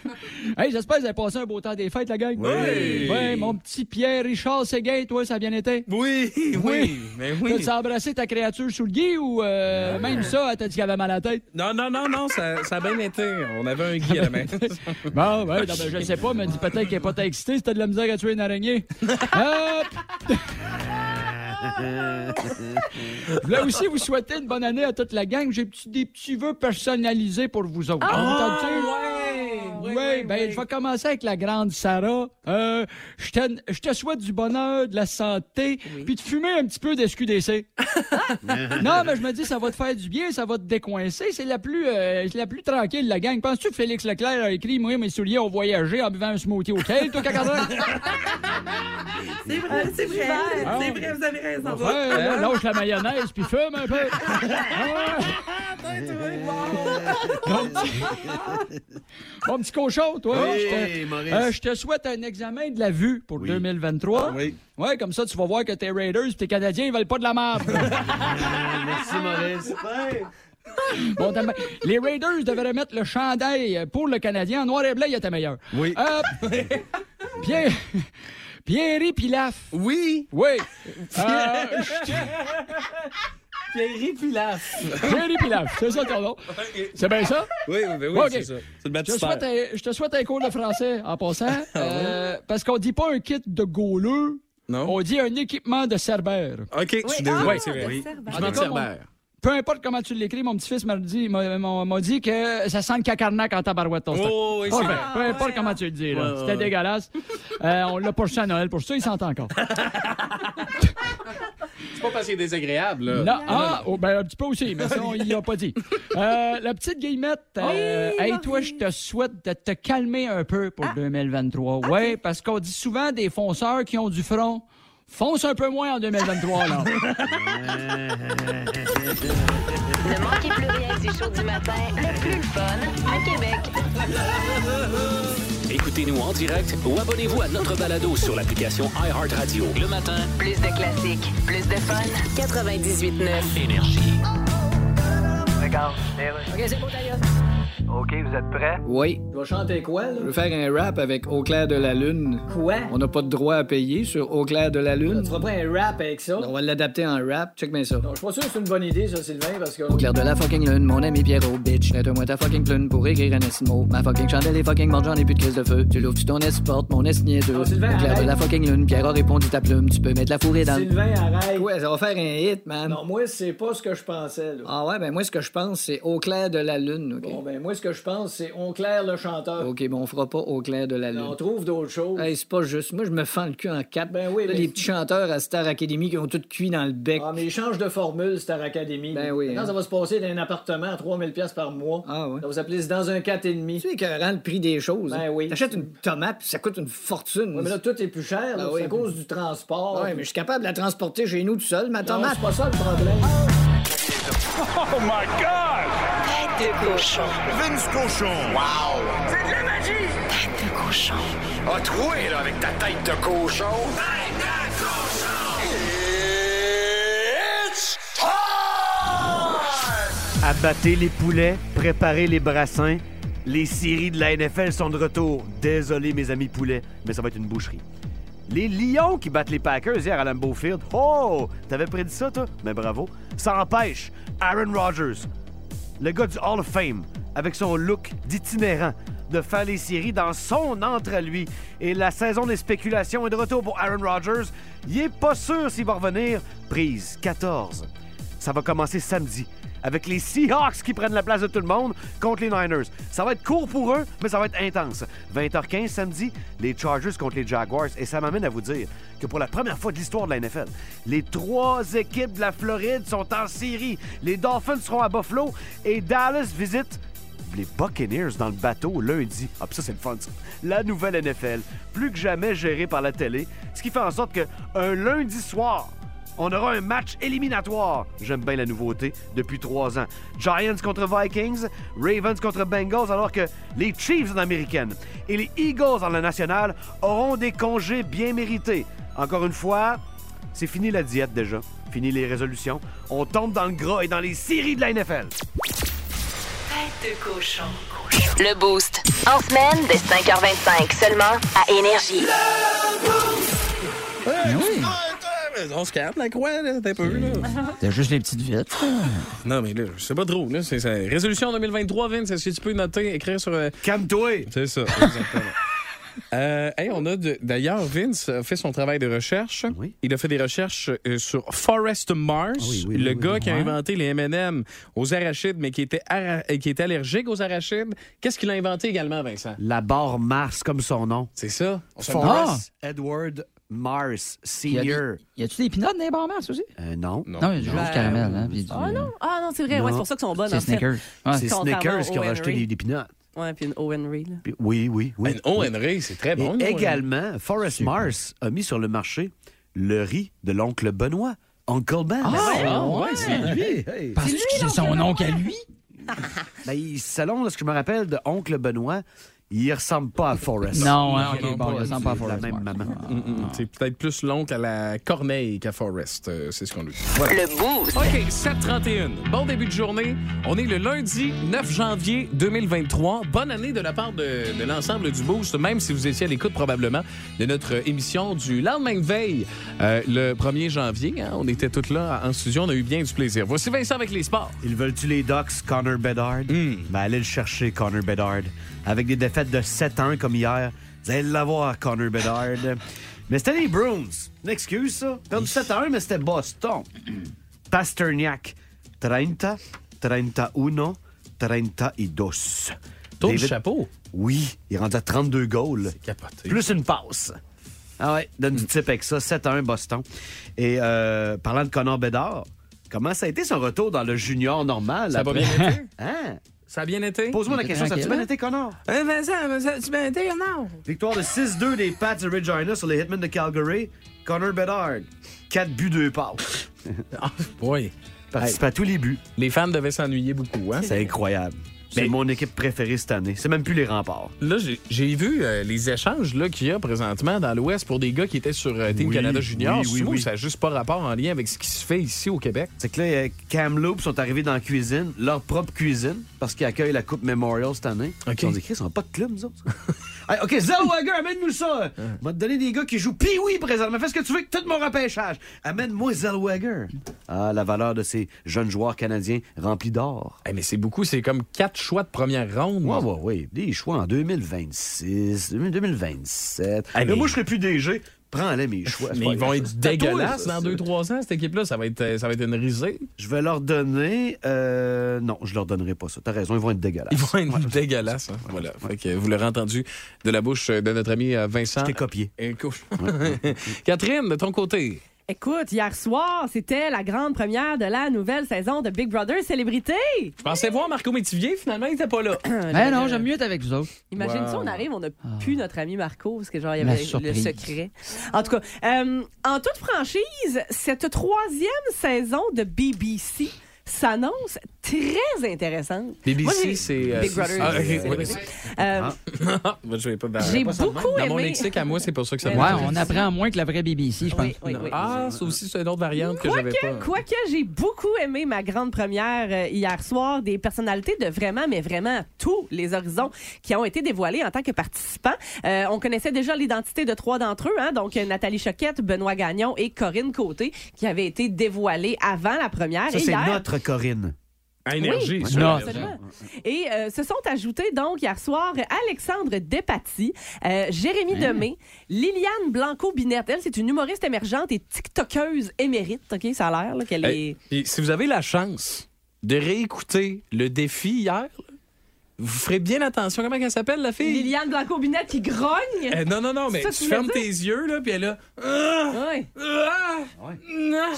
Speaker 5: hey, j'espère que vous avez passé un beau temps des fêtes, la gang.
Speaker 3: Oui.
Speaker 5: Ouais, mon petit Pierre-Richard Séguin, toi, ça a bien été?
Speaker 3: Oui, oui,
Speaker 5: Oui.
Speaker 3: mais
Speaker 5: Tu
Speaker 3: oui.
Speaker 5: as embrassé ta créature sous le gui ou euh, même ça, t'as dit qu'il avait mal à la tête?
Speaker 3: Non, non, non, non, ça, ça a bien été. On avait un Guy à la main.
Speaker 5: Bon, ouais, non, ben, je sais pas, mais dis peut-être qu'il est pas tant excité si t'as de la misère à tuer une araignée. Hop! Je voulais aussi vous souhaiter une bonne année à toute la gang. J'ai petit- des petits vœux personnalisés pour vous autres. Entends-tu? Oui, ben, je vais commencer avec la grande Sarah. Euh, je te- je te souhaite du bonheur, de la santé, puis de fumer un petit peu d'SQDC. non, mais je me dis, ça va te faire du bien, ça va te décoincer. C'est la plus, euh, c'est la plus tranquille, la gang. Penses-tu que Félix Leclerc a écrit, moi, mes souliers ont voyagé en buvant un smoothie au kale, toi, Hein, cacadin?
Speaker 6: C'est vrai, c'est vrai.
Speaker 5: Ah.
Speaker 6: C'est vrai, vous avez raison.
Speaker 5: Ouais, là,
Speaker 12: Hein?
Speaker 5: lâche la mayonnaise, puis fume un peu. Ah! Mon petit- Mon petit cochon, toi.
Speaker 12: Oui,
Speaker 5: je, te,
Speaker 12: Maurice.
Speaker 5: euh, je te souhaite un examen de la vue pour 2023.
Speaker 12: Oui.
Speaker 5: Ouais, comme ça, tu vas voir que tes Raiders et tes Canadiens, ils veulent pas de la merde.
Speaker 12: Merci, Maurice.
Speaker 5: Bon, t'as- les Raiders devraient mettre le chandail pour le Canadien en noir et blanc, il était meilleur.
Speaker 12: Oui.
Speaker 5: Euh, Pierre... Pierre Pilaf.
Speaker 3: Oui,
Speaker 5: Oui. Euh, je-
Speaker 3: Thierry Pilaf.
Speaker 5: Pierre Pilaf, c'est ça ton nom. C'est bien ça?
Speaker 3: Oui, oui, ben oui,
Speaker 5: Ok.
Speaker 3: c'est ça. C'est le Ah
Speaker 5: Je te,
Speaker 3: baptistère.
Speaker 5: souhaite un, je te souhaite un cours de français en passant. euh, parce qu'on dit pas un kit de gauleux,
Speaker 3: Non?
Speaker 5: on dit un équipement de cerbère.
Speaker 3: OK, je suis
Speaker 8: ah,
Speaker 3: désolé, c'est vrai.
Speaker 8: de
Speaker 3: Oui.
Speaker 8: Cerbère.
Speaker 3: Je
Speaker 5: En
Speaker 3: m'en
Speaker 5: tout cas,
Speaker 3: tire
Speaker 5: mon-
Speaker 3: bien.
Speaker 5: Peu importe comment tu l'écris, mon petit-fils m'a dit, m'a- m'a m'a dit que ça sent le cacarnac en tabarouette ton stock.
Speaker 3: Oh, oui, c'est
Speaker 5: Parfait.
Speaker 3: vrai.
Speaker 5: Peu importe comment tu le dis, là.
Speaker 3: Ouais,
Speaker 5: C'était
Speaker 3: ouais.
Speaker 5: dégueulasse. Euh, on l'a poursuivi à Noël pour ça, il s'entend encore.
Speaker 3: Euh, C'est pas parce qu'il est désagréable, là.
Speaker 5: Non, ah, oh, ben, un petit peu aussi, mais ça, on y a pas dit. Euh, la petite Guillemette, euh, hey, toi, je te souhaite de te calmer un peu
Speaker 3: Ah.
Speaker 5: pour 2023. Ouais, parce qu'on dit souvent des fonceurs qui ont du front. Fonce un peu moins en 2023, là.
Speaker 1: Ne manquez plus rien du show du matin, le plus le fun à Québec.
Speaker 2: Écoutez-nous en direct ou abonnez-vous à notre balado sur l'application iHeartRadio. Le matin,
Speaker 1: Plus de classiques, plus de fun. 98.9.
Speaker 2: énergie.
Speaker 13: Regarde, OK, c'est bon, OK, vous êtes prêts?
Speaker 10: Oui. Tu vas chanter quoi, là? Je veux faire un rap avec Au clair de la lune. Quoi? On n'a pas de droit à payer sur Au clair de la lune.
Speaker 14: Tu feras pas un rap avec ça?
Speaker 10: On va l'adapter en rap. Check bien ça.
Speaker 14: Non, je suis pas sûr que c'est une bonne idée, ça, Sylvain, parce que.
Speaker 10: Au clair de la fucking lune, mon ami Pierrot, bitch. Mette-moi ta fucking plume pour écrire un esmo. Ma fucking chandelle est fucking morte, j'en ai plus de crise de feu. Tu l'ouvres, tu ton porte, mon est nié deux. Au
Speaker 14: Sylvain,
Speaker 10: clair de
Speaker 14: arrête.
Speaker 10: la fucking lune, Pierrot répondit ta plume. Tu peux mettre la fourrée dans le-
Speaker 14: Sylvain, arrête.
Speaker 10: Ouais, ça va faire un hit, man.
Speaker 14: Non, moi, c'est pas ce que je pensais, là.
Speaker 10: Ah ouais, ben moi, ce que je pense, c'est Au clair de la lune, OK?
Speaker 14: Bon, ben, moi, ce que je pense, c'est On Claire le chanteur.
Speaker 10: OK, bon, on fera pas Au clair de la lune.
Speaker 14: On trouve d'autres choses.
Speaker 10: Hey, c'est pas juste. Moi, je me fends le cul en quatre. Ben oui,
Speaker 14: mais-
Speaker 10: Les petits chanteurs à Star Academy qui ont tout cuit dans le bec.
Speaker 14: Ah, mais ils changent de formule, Star Academy.
Speaker 10: Ben oui,
Speaker 14: Maintenant,
Speaker 10: hein.
Speaker 14: ça va se passer d'un appartement à 3000 pièces par mois.
Speaker 10: Ah ouais.
Speaker 14: Ça va s'appeler C'est dans un 4,5.
Speaker 10: Tu sais que rend le prix des choses.
Speaker 14: Ben
Speaker 10: hein.
Speaker 14: oui.
Speaker 10: T'achètes une tomate, puis ça coûte une fortune.
Speaker 14: Ouais, mais là, tout est plus cher, là,
Speaker 10: Ah
Speaker 14: c'est
Speaker 10: oui.
Speaker 14: à cause du transport.
Speaker 10: Ouais, mais je suis capable de la transporter chez nous tout seul, ma
Speaker 14: Non,
Speaker 10: tomate.
Speaker 14: c'est pas ça le problème.
Speaker 13: Oh my God! Tête de cochon. Vince cochon. Wow! C'est de la magie! Tête de cochon. A troué, Ah, là, avec ta tête de cochon. Tête de cochon! It's
Speaker 9: Abattez les poulets, préparez les brassins. Les séries de la NFL sont de retour. Désolé, mes amis poulets, mais ça va être une boucherie. Les Lions qui battent les Packers hier à Lambeau Field. Oh! T'avais prédit ça, toi? Mais bravo. Ça empêche Aaron Rodgers, le gars du Hall of Fame, avec son look d'itinérant, de faire les séries dans son entre à lui. Et la saison des spéculations est de retour pour Aaron Rodgers. Il est pas sûr s'il va revenir. Prise 14. Ça va commencer samedi avec les Seahawks qui prennent la place de tout le monde contre les Niners. Ça va être court pour eux, mais ça va être intense. 20h15 samedi, les Chargers contre les Jaguars. Et ça m'amène à vous dire que pour la première fois de l'histoire de la NFL, les trois équipes de la Floride sont en série. Les Dolphins seront à Buffalo et Dallas visite les Buccaneers dans le bateau lundi. Ah, puis ça, c'est le fun, ça. La nouvelle NFL, plus que jamais gérée par la télé, ce qui fait en sorte que un lundi soir, on aura un match éliminatoire. J'aime bien la nouveauté depuis trois ans. Giants contre Vikings, Ravens contre Bengals, alors que les Chiefs en américaine et les Eagles en la nationale auront des congés bien mérités. Encore une fois, c'est fini la diète déjà, fini les résolutions. On tombe dans le gras et dans les séries de la NFL.
Speaker 1: Tête de cochon. Le Boost. En semaine, dès 5h25, seulement à Énergie.
Speaker 15: Ah
Speaker 3: On se calme, la croix, là, t'as pas vu, là.
Speaker 15: T'as juste les petites vites.
Speaker 3: Non, mais là, je sais pas trop, là. C'est ça. Résolution 2023, Vince, est-ce que tu peux noter, écrire sur. euh,
Speaker 9: Calme-toi!
Speaker 3: C'est ça, exactement. Euh, hey, on a de- d'ailleurs, Vince a fait son travail de recherche. Il a fait des recherches euh, sur Forrest Mars, le gars qui a
Speaker 15: Ouais.
Speaker 3: inventé les MM aux arachides, mais qui était, ara- euh, qui était allergique aux arachides. Qu'est-ce qu'il a inventé également, Vincent?
Speaker 9: La barre Mars, comme son nom.
Speaker 3: C'est ça. On
Speaker 10: Ah!
Speaker 3: se
Speaker 15: Ah,
Speaker 9: Forrest Edward Mars Senior.
Speaker 15: Y a-tu des pinottes dans les barres mars aussi?
Speaker 9: Euh, non.
Speaker 15: Non, il y a du rose caramel. Hein, puis du-
Speaker 8: Ah non, ah non, c'est vrai, ouais,
Speaker 9: Non.
Speaker 8: c'est pour ça qu'ils sont bonnes.
Speaker 15: C'est
Speaker 8: en fait.
Speaker 15: Snickers. Ouais.
Speaker 9: C'est
Speaker 8: Contrairement
Speaker 9: Snickers
Speaker 8: au
Speaker 9: qui a racheté
Speaker 8: Henry.
Speaker 9: les, les peanuts.
Speaker 8: Ouais, puis une O'Henry. là.
Speaker 9: Puis- Oui, oui, oui.
Speaker 3: Un O&Ray, c'est très
Speaker 9: Et
Speaker 3: Ben, bon, le O&Ray.
Speaker 9: également, Forrest Mars a mis sur le marché le riz de l'oncle Benoît. Uncle Ben.
Speaker 15: Ah,
Speaker 9: Ben,
Speaker 15: ah, ouais, c'est lui. Penses-tu que c'est son nom qu'à lui?
Speaker 9: Ben, il- selon ce que je me rappelle de oncle Benoît, il ressemble pas à Forrest.
Speaker 15: Non, hein, ok, bon, il ressemble pas à Forrest Ah.
Speaker 9: La même maman.
Speaker 3: Mm, mm, mm. C'est peut-être plus l'oncle à la Corneille qu'à Forrest, euh, c'est ce qu'on nous dit.
Speaker 1: Le boost.
Speaker 3: OK, 7h31. Bon début de journée. On est le lundi 9 janvier 2023. Bonne année de la part de, de l'ensemble du Boost, même si vous étiez à l'écoute probablement de notre émission du lendemain de veille, euh, le 1er janvier. hein. on était toutes là en studio, on a eu bien du plaisir. Voici Vincent avec les sports.
Speaker 9: Ils veulent-tu les Ducks, Connor Bedard? Ben, allez le chercher, Connor Bedard. Avec des défaites de 7-1 comme hier, vous allez l'avoir, Connor Bedard. mais c'était les Bruins. Une excuse, ça. Perdu 7-1, mais c'était Boston. Pasterniak, 30, 31, 32.
Speaker 3: Tourne
Speaker 9: David-
Speaker 3: le chapeau.
Speaker 9: Oui, il est rendu à 32 goals.
Speaker 3: Capoté.
Speaker 9: Plus une passe. Ah ouais, donne du type avec ça. 7-1 Boston. Et euh, parlant de Connor Bedard, comment ça a été son retour dans le junior normal?
Speaker 3: Ça a pas
Speaker 9: après-
Speaker 3: bien été?
Speaker 9: Hein?
Speaker 3: Ça a bien été?
Speaker 9: Pose-moi la question, ça a-tu bien été, Connor?
Speaker 15: tu m'as aidé, non?
Speaker 9: Victoire de 6-2 des Pats de Regina sur les Hitmen de Calgary. Connor Bedard, 4 buts, 2 passes.
Speaker 3: Oui.
Speaker 9: Participe à tous les buts.
Speaker 3: Les fans devaient s'ennuyer beaucoup, hein?
Speaker 9: C'est incroyable. C'est mon équipe préférée cette année. C'est même plus les remparts.
Speaker 3: Là, j'ai- j'ai vu euh, les échanges là, qu'il y a présentement dans l'Ouest pour des gars qui étaient sur euh, Team
Speaker 9: Oui,
Speaker 3: Canada Junior.
Speaker 9: oui, oui,
Speaker 3: Souvent,
Speaker 9: oui.
Speaker 3: ça n'a juste pas rapport en lien avec ce qui se fait ici au Québec.
Speaker 9: C'est que là, euh, Kamloops sont arrivés dans la cuisine, leur propre cuisine, parce qu'ils accueillent la Coupe Memorial cette année. Ils ont écrit, ils n'ont pas de club, nous autres. Hey, OK, Zellweger, amène-nous ça. On va te donner des gars qui jouent Pee-Wee présentement. Fais ce que tu veux avec tout mon repêchage. Amène-moi Zellweger. Ah, la valeur de ces jeunes joueurs canadiens remplis d'or.
Speaker 3: Eh, mais c'est beaucoup, c'est comme quatre choix de première ronde.
Speaker 9: Oui, oui, oui. Des choix en 2026, 2027.
Speaker 3: Hey,
Speaker 9: mais
Speaker 3: mais-
Speaker 9: moi, je serais plus DG. Prends-les, mes choix.
Speaker 3: Mais ils vont être dégueulasses dans
Speaker 9: deux,
Speaker 3: trois ans, cette équipe-là. Ça va être, euh, ça va être une risée.
Speaker 9: Je vais leur donner. euh, non, je leur donnerai pas ça. T'as raison, ils vont être dégueulasses.
Speaker 3: Ils vont être dégueulasses. hein. Voilà. Fait que vous l'aurez entendu de la bouche de notre ami euh, Vincent. C'était
Speaker 9: copié.
Speaker 3: Catherine, de ton côté.
Speaker 8: Écoute, hier soir, c'était la grande première de la nouvelle saison de Big Brother Célébrité.
Speaker 3: Je pensais voir Marco Métivier, finalement, il n'était pas là.
Speaker 8: Ben non,
Speaker 15: j'aime mieux être avec vous autres.
Speaker 8: Imagine si on arrive, on n'a plus notre ami Marco, parce que genre, il y
Speaker 15: Ah. La
Speaker 8: avait le
Speaker 15: surprise.
Speaker 8: secret. En tout cas, euh, en toute franchise, cette troisième saison de BBC s'annonce très intéressante. Moi,
Speaker 3: BBC,
Speaker 8: j'ai-
Speaker 3: c'est. euh,
Speaker 8: Big
Speaker 3: c'est-
Speaker 8: Brother.
Speaker 3: Ah, ok,
Speaker 8: c'est-
Speaker 3: oui.
Speaker 8: Euh,
Speaker 3: Ah, moi, je vais pas dans-
Speaker 8: J'ai
Speaker 3: pas ça de même.
Speaker 8: beaucoup
Speaker 3: Dans mon
Speaker 8: aimé-
Speaker 3: lexique à moi, c'est pour ça que ça
Speaker 15: Ouais, on apprend moins que la vraie BBC, je pense.
Speaker 3: Ah, ça aussi, c'est une autre variante que j'avais pas.
Speaker 8: Quoique, quoique j'ai beaucoup aimé ma grande première euh, hier soir, des personnalités de vraiment, mais vraiment tous les horizons qui ont été dévoilés en tant que participants. Euh, on connaissait déjà l'identité de trois d'entre eux, hein, donc euh, Nathalie Choquette, Benoît Gagnon et Corinne Côté, qui avaient été dévoilées avant la première.
Speaker 9: Ça,
Speaker 8: Ah, Et
Speaker 9: c'est
Speaker 8: hier-
Speaker 9: notre Corinne.
Speaker 3: À
Speaker 8: Énergie, Oui, sûr. absolument. Et euh, se sont ajoutés donc hier soir Alexandre Despaty, euh, Jérémy
Speaker 9: Hein?
Speaker 8: Demé, Liliane Blanco-Binette. Elle, c'est une humoriste émergente et TikTokeuse émérite. OK, ça a l'air là, qu'elle
Speaker 3: Hey,
Speaker 8: est.
Speaker 3: puis si vous avez la chance de réécouter le défi hier, là, vous ferez bien attention. Comment elle s'appelle, la fille?
Speaker 8: Liliane Blanco-Binette qui grogne.
Speaker 3: Euh, non, non, non, mais
Speaker 8: C'est ça que
Speaker 3: tu
Speaker 8: tu voulais
Speaker 3: fermes
Speaker 8: dire?
Speaker 3: tes yeux, là, puis elle a. Ah!
Speaker 8: Ouais.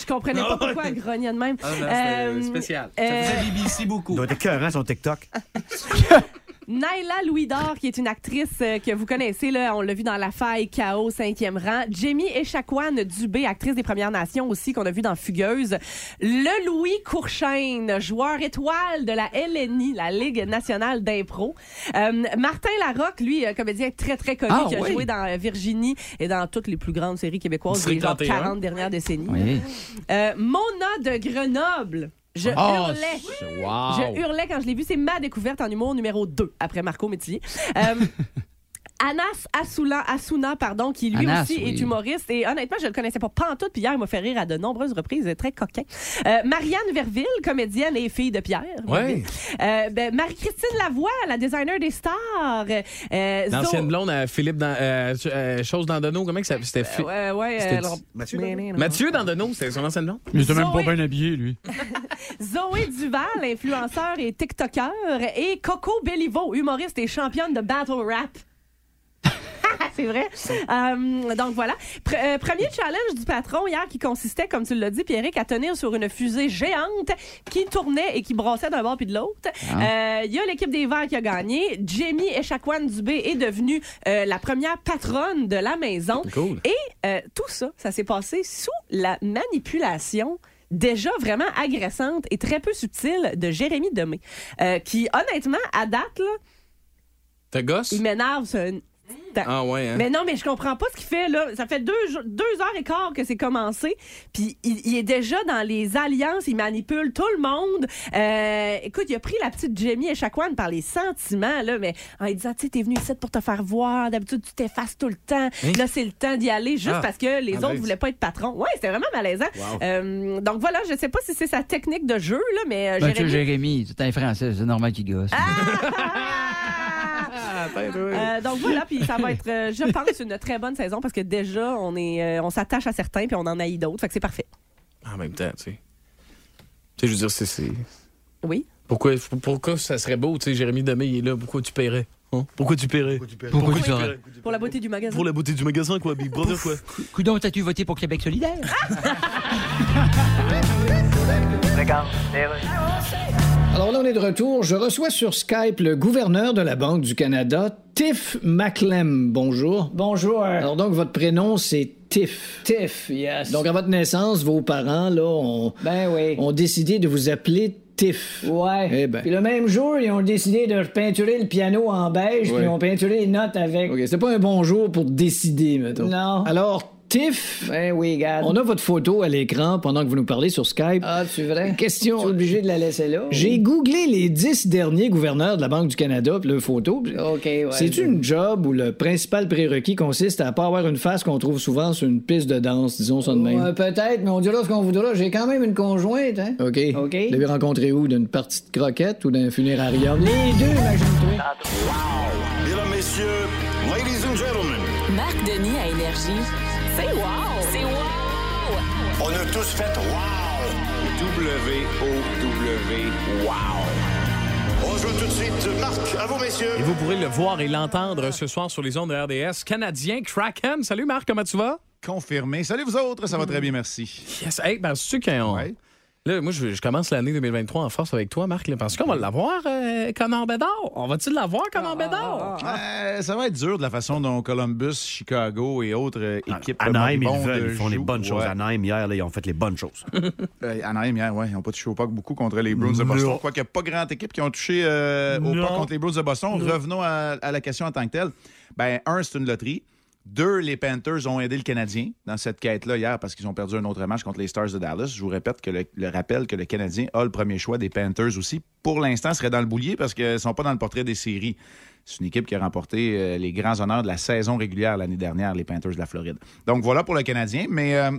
Speaker 8: Je comprenais pas pourquoi elle grognait de même.
Speaker 3: Ah, non,
Speaker 8: Euh,
Speaker 3: c'était spécial.
Speaker 8: euh,
Speaker 3: BBC beaucoup.
Speaker 9: Il doit être écœurant, son TikTok.
Speaker 8: Naila Louis d'Or, qui est une actrice euh, que vous connaissez, là, on l'a vu dans La Faille, Chaos, cinquième rang. Jamie Echaquan Dubé, actrice des Premières Nations aussi, qu'on a vu dans Fugueuse. Le Louis Courchaine, joueur étoile de la LNI, la Ligue nationale d'impro. Euh, Martin Larocque, lui, euh, comédien très, très connu,
Speaker 15: Ah,
Speaker 8: qui a
Speaker 15: oui.
Speaker 8: joué dans euh, Virginie et dans toutes les plus grandes séries québécoises des
Speaker 15: District
Speaker 8: genre
Speaker 15: 31.
Speaker 8: 40 dernières décennies.
Speaker 15: Oui.
Speaker 8: Euh, Mona de Grenoble. Je
Speaker 15: Oh,
Speaker 3: Ah,
Speaker 8: hurlais.
Speaker 15: c'est- wow.
Speaker 8: Je hurlais quand je l'ai vu. C'est ma découverte en humour numéro 2 après Marco Métivier. Euh, Anas Assoula, Assouna, pardon, qui lui
Speaker 15: Anas,
Speaker 8: aussi
Speaker 15: oui.
Speaker 8: est humoriste. Et honnêtement, je le connaissais pas pantoute. Puis hier, il m'a fait rire à de nombreuses reprises. Très coquin. Euh, Marianne Verville, comédienne et fille de Pierre.
Speaker 3: Ouais.
Speaker 8: Euh, ben, Marie-Christine Lavoie, la designer des stars. Euh,
Speaker 3: L'ancienne
Speaker 8: Zo-
Speaker 3: blonde à Philippe dans, euh, euh, Chose Dandonneau, comment que ça c'était fait?
Speaker 8: Ouais, ouais.
Speaker 3: C'était-
Speaker 8: euh, alors-
Speaker 3: Mathieu
Speaker 8: Mais-
Speaker 3: Dandonneau? Mathieu Dandonneau, c'était son ancienne blonde?
Speaker 8: Mais c'est même pas Zoé.
Speaker 3: bien habillé, lui.
Speaker 8: Zoé Duval, influenceur et TikToker, et Coco Bellivo, humoriste et championne de battle rap. C'est vrai. Euh, donc voilà. Pre- euh, premier challenge du patron hier qui consistait, comme tu l'as dit, Pierrick, à tenir sur une fusée géante qui tournait et qui brassait d'un bord puis de l'autre. Euh, Il
Speaker 3: Ah.
Speaker 8: y a l'équipe des Verts qui a gagné. Jamie Echaquan Dubé est devenue euh, la première patronne de la maison.
Speaker 3: Cool.
Speaker 8: Et euh, tout ça, ça s'est passé sous la manipulation déjà vraiment agressante et très peu subtile de Jérémy Demé, euh, qui honnêtement, à date, là,
Speaker 3: T'as gosse?
Speaker 8: il m'énerve. ce-
Speaker 3: Ah ouais, hein?
Speaker 8: Mais non, mais je comprends pas ce qu'il fait là. Ça fait deux, jo- deux heures et quart que c'est commencé, puis il, il est déjà dans les alliances, il manipule tout le monde. Euh, écoute, il a pris la petite Jamie Echaquan par les sentiments là, mais ah, en lui disant, tu sais, t'es venu ici pour te faire voir. D'habitude, tu t'effaces tout le temps.
Speaker 16: Hein?
Speaker 8: Là, c'est le temps d'y aller juste
Speaker 16: Ah,
Speaker 8: parce que les
Speaker 16: ah,
Speaker 8: autres
Speaker 16: ben,
Speaker 8: voulaient pas être patrons. Ouais, c'était vraiment malaisant.
Speaker 15: Wow.
Speaker 8: Euh, donc voilà, je sais pas si c'est sa technique de jeu là, mais euh,
Speaker 15: Ben, tu sais,
Speaker 8: Jérémy-
Speaker 15: Jérémy, c'est un Français, c'est normal qu'il gosse.
Speaker 8: Euh, donc voilà, puis ça va être, euh, je pense, une très bonne saison parce que déjà, on est, euh, on s'attache à certains puis on en haït d'autres. Fait que c'est parfait.
Speaker 3: En même temps, tu sais. Tu sais, je veux dire, c'est- c'est.
Speaker 8: Oui.
Speaker 3: Pourquoi, pourquoi ça serait beau, tu sais, Jérémy Demé, il est là, pourquoi tu paierais? hein? Pourquoi tu paierais? Pourquoi tu paierais?
Speaker 15: Pourquoi tu paierais?
Speaker 8: Pour la beauté du magasin.
Speaker 3: Pour la beauté du magasin, quoi, Big Brother, quoi.
Speaker 15: Coudon, t'as-tu voté pour Québec solidaire?
Speaker 10: Alors là, on est de retour. Je reçois sur Skype le gouverneur de la Banque du Canada, Tiff McLem. Bonjour. Bonjour. Alors donc, votre prénom, c'est Tiff. Tiff, yes. Donc, à votre naissance, vos parents, là, ont, ben oui. ont décidé de vous appeler Tiff.
Speaker 14: Ouais.
Speaker 10: Eh ben.
Speaker 14: Puis le même jour, ils ont décidé de repeinturer le piano en beige,
Speaker 10: Ouais.
Speaker 14: puis ils ont peinturé les notes avec.
Speaker 10: OK, c'était pas un bon jour pour décider, mettons.
Speaker 14: Non.
Speaker 10: Alors, Tiff,
Speaker 14: Ben oui, garde.
Speaker 10: on a votre photo à l'écran pendant que vous nous parlez sur Skype.
Speaker 14: Ah, tu vrai?
Speaker 10: Question.
Speaker 14: Tu es obligé de la laisser là?
Speaker 10: J'ai googlé les dix derniers gouverneurs de la Banque du Canada, puis le photo. puis-
Speaker 14: OK, ouais.
Speaker 10: C'est une job où le principal prérequis consiste à pas avoir une face qu'on trouve souvent sur une piste de danse, disons ça de même.
Speaker 14: Ouais, peut-être, mais on dira ce qu'on voudra. J'ai quand même une conjointe, hein?
Speaker 10: OK.
Speaker 14: OK.
Speaker 10: Vous l'avez rencontré où? D'une partie de croquette ou d'un funérarium? Les deux,
Speaker 13: Mesdames, messieurs, ladies and gentlemen,
Speaker 1: Marc Denis à Énergie. C'est wow! C'est wow!
Speaker 13: on a tous fait wow! W-O-W, wow! On joue tout de suite, Marc, à vous, messieurs!
Speaker 3: Et vous pourrez le voir et l'entendre ce soir sur les ondes de RDS canadien Kraken. Salut Marc, comment tu vas?
Speaker 16: Confirmé. Salut vous autres, ça va très bien, merci.
Speaker 3: Yes. Hey, ben, c'est qu'on. Là, moi, je, je commence l'année 2023 en force avec toi, Marc. là. Penses-tu qu'on va l'avoir, euh, Connor Bédard? On va-tu l'avoir, Connor Bédard?
Speaker 16: Euh, ça va être dur de la façon dont Columbus, Chicago et autres euh, équipes.
Speaker 9: Ah, Anaheim, ils
Speaker 16: moribondes
Speaker 9: veulent, ils font les
Speaker 16: jouent.
Speaker 9: bonnes choses.
Speaker 16: Ouais.
Speaker 9: Anaheim, hier, là, ils ont fait les bonnes choses.
Speaker 16: Euh, Anaheim, hier, ouais, ils n'ont pas touché au puck beaucoup contre les Bruins de Boston.
Speaker 9: Non.
Speaker 16: Quoique, pas grande équipe qui ont touché euh, au
Speaker 9: Non.
Speaker 16: puck contre les Bruins de Boston.
Speaker 9: Non.
Speaker 16: Revenons à, à la question en tant que telle. Ben, un, c'est une loterie. Deux, les Panthers ont aidé le Canadien dans cette quête-là hier parce qu'ils ont perdu un autre match contre les Stars de Dallas. Je vous répète que le, le rappel que le Canadien a le premier choix des Panthers aussi. Pour l'instant, serait dans le boulier parce qu'ils ne sont pas dans le portrait des séries. C'est une équipe qui a remporté euh, les grands honneurs de la saison régulière l'année dernière, les Panthers de la Floride. Donc voilà pour le Canadien. Mais euh,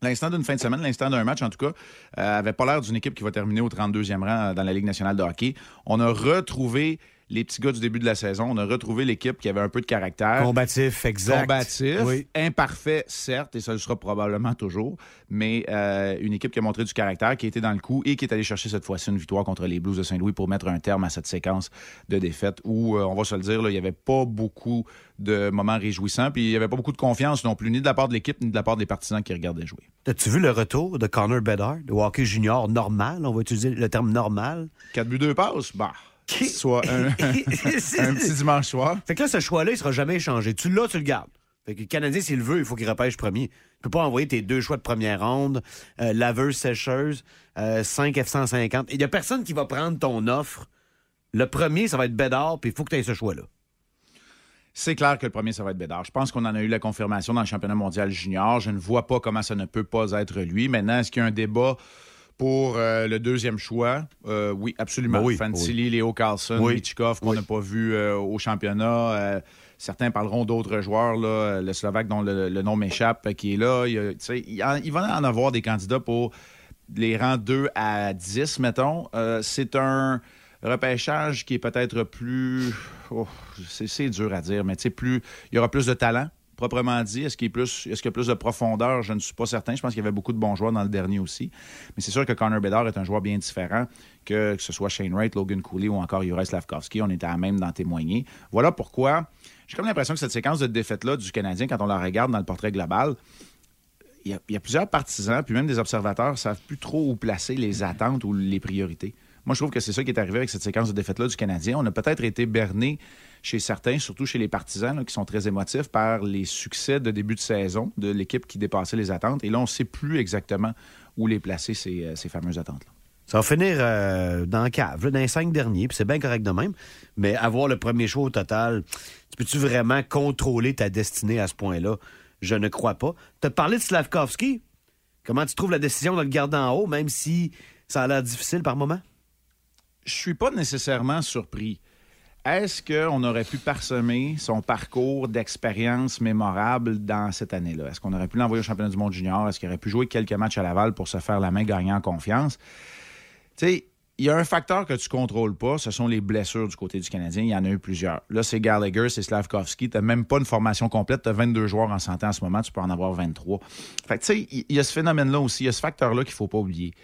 Speaker 16: L'instant d'une fin de semaine, l'instant d'un match, en tout cas, euh, avait pas l'air d'une équipe qui va terminer au 32e rang euh, dans la Ligue nationale de hockey. On a retrouvé les petits gars du début de la saison. On a retrouvé l'équipe qui avait un peu de caractère.
Speaker 9: Combatif, exact.
Speaker 16: Combatif,
Speaker 9: Oui.
Speaker 16: imparfait, certes, et ça le sera probablement toujours, mais euh, une équipe qui a montré du caractère, qui était dans le coup et qui est allée chercher cette fois-ci une victoire contre les Blues de Saint-Louis pour mettre un terme à cette séquence de défaites où, euh, on va se le dire, là, il n'y avait pas beaucoup de moments réjouissants, puis il n'y avait pas beaucoup de confiance non plus, ni de la part de l'équipe, ni de la part des partisans qui regardaient jouer.
Speaker 9: As-tu vu le retour de Connor Bedard, de hockey junior normal? On va utiliser le terme normal.
Speaker 16: 4 buts, 2 passes? Bah. Soit un, un petit dimanche soir.
Speaker 9: Fait que là, ce choix-là, il sera jamais échangé. Tu l'as, tu le gardes. Fait que le Canadien, s'il le veut, il faut qu'il repêche premier. Tu peux pas envoyer tes deux choix de première ronde, euh, laveuse, sécheuse, euh, 5 F-150. Il y a personne qui va prendre ton offre. Le premier, ça va être Bedard, puis il faut que tu aies ce choix-là.
Speaker 16: C'est clair que le premier, ça va être Bédard. Je pense qu'on en a eu la confirmation dans le championnat mondial junior. Je ne vois pas comment ça ne peut pas être lui. Maintenant, est-ce qu'il y a un débat pour euh, le deuxième choix? Euh, oui, absolument.
Speaker 9: Ben oui,
Speaker 16: Fantilli, Léo Carlson,
Speaker 9: Oui.
Speaker 16: Michkov, qu'on n'a pas vu euh, au championnat. Euh, certains parleront d'autres joueurs, là, euh, le Slovaque dont le, le nom m'échappe, euh, qui est là. Il, y a- tu sais, il en- il va en avoir des candidats pour les rangs 2 à 10, mettons. Euh, c'est un repêchage qui est peut-être plus. oh, c'est, c'est dur à dire, mais tu sais, plus. Il y aura plus de talent, proprement dit. Est-ce qu'il, y a plus, est-ce qu'il y a plus de profondeur? Je ne suis pas certain. Je pense qu'il y avait beaucoup de bons joueurs dans le dernier aussi. Mais c'est sûr que Connor Bedard est un joueur bien différent que, que ce soit Shane Wright, Logan Cooley ou encore Juraj Slavkovski. On était à même d'en témoigner. Voilà pourquoi. J'ai comme l'impression que cette séquence de défaite-là du Canadien, quand on la regarde dans le portrait global, il y, a, il y a plusieurs partisans, puis même des observateurs, ne savent plus trop où placer les attentes ou les priorités. Moi, je trouve que c'est ça qui est arrivé avec cette séquence de défaites-là du Canadien. On a peut-être été berné chez certains, surtout chez les partisans, là, qui sont très émotifs par les succès de début de saison de l'équipe qui dépassait les attentes. Et là, on ne sait plus exactement où les placer, ces, euh, ces fameuses attentes-là.
Speaker 9: Ça va finir euh, dans la cave, là, dans les cinq derniers, puis c'est bien correct de même. Mais avoir le premier choix au total, tu peux-tu vraiment contrôler ta destinée à ce point-là? Je ne crois pas. Tu as parlé de Slavkovski. Comment tu trouves la décision de le garder en haut, même si ça a l'air difficile par moment?
Speaker 16: Je suis pas nécessairement surpris. Est-ce qu'on aurait pu parsemer son parcours d'expérience mémorable dans cette année-là? Est-ce qu'on aurait pu l'envoyer au championnat du monde junior? Est-ce qu'il aurait pu jouer quelques matchs à Laval pour se faire la main gagnant en confiance? Tu sais, il y a un facteur que tu contrôles pas, ce sont les blessures du côté du Canadien. Il y en a eu plusieurs. Là, c'est Gallagher, c'est Slavkovski. T'as même pas une formation complète. T'as 22 joueurs en santé en ce moment. Tu peux en avoir 23. Fait que, tu sais, il il y a ce phénomène-là aussi. Il y a ce facteur-là qu'il faut pas oublier.